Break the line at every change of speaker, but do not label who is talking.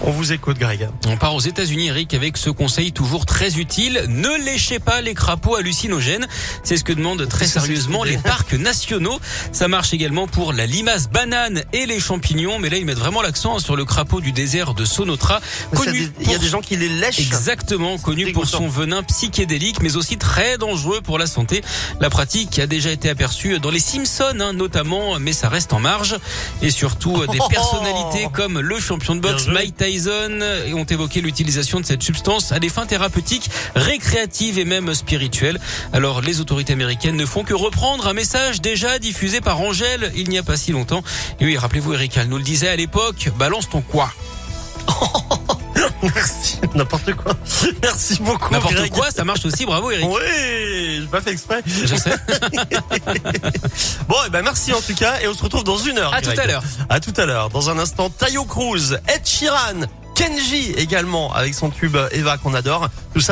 On vous écoute, Greg.
On part aux États-Unis, Eric, avec ce conseil toujours très utile. Ne léchez pas les crapauds hallucinogènes. C'est ce que demandent très
Ça, c'est
sérieusement
une idée.
les parcs nationaux. Ça marche également pour la limace banane et les champignons. Mais là, ils mettent vraiment l'accent sur le crapaud du désert de Sonotra.
Ça,
Connu
Il y a
pour-
des gens qui les lèchent.
Exactement, connu pour
dégoûtant.
son venin psychédélique, mais aussi très dangereux pour la santé. La pratique a déjà été aperçue dans les Simpsons, hein, notamment, mais ça reste en marge. Et surtout, euh, des
Oh
personnalités comme le champion de boxe
Bien joué.
Mike Tyson euh, ont évoqué l'utilisation de cette substance à des fins thérapeutiques, récréatives et même spirituelles. Alors, les autorités américaines ne font que reprendre un message déjà diffusé par Angèle il n'y a pas si longtemps. Et oui, rappelez-vous, Eric, elle nous le disait à l'époque, balance ton quoi.
Merci. N'importe quoi. Merci beaucoup,
N'importe
Greg.
quoi, ça marche aussi, bravo Eric.
Oui, j'ai pas fait exprès.
Je sais.
Bon, et ben merci en tout cas, et on se retrouve dans une heure.
À tout
Greg.
à l'heure.
À tout à l'heure. Dans un instant, Tayo Cruz, Ed Sheeran, Kenji également avec son tube Eva qu'on adore. Tout ça.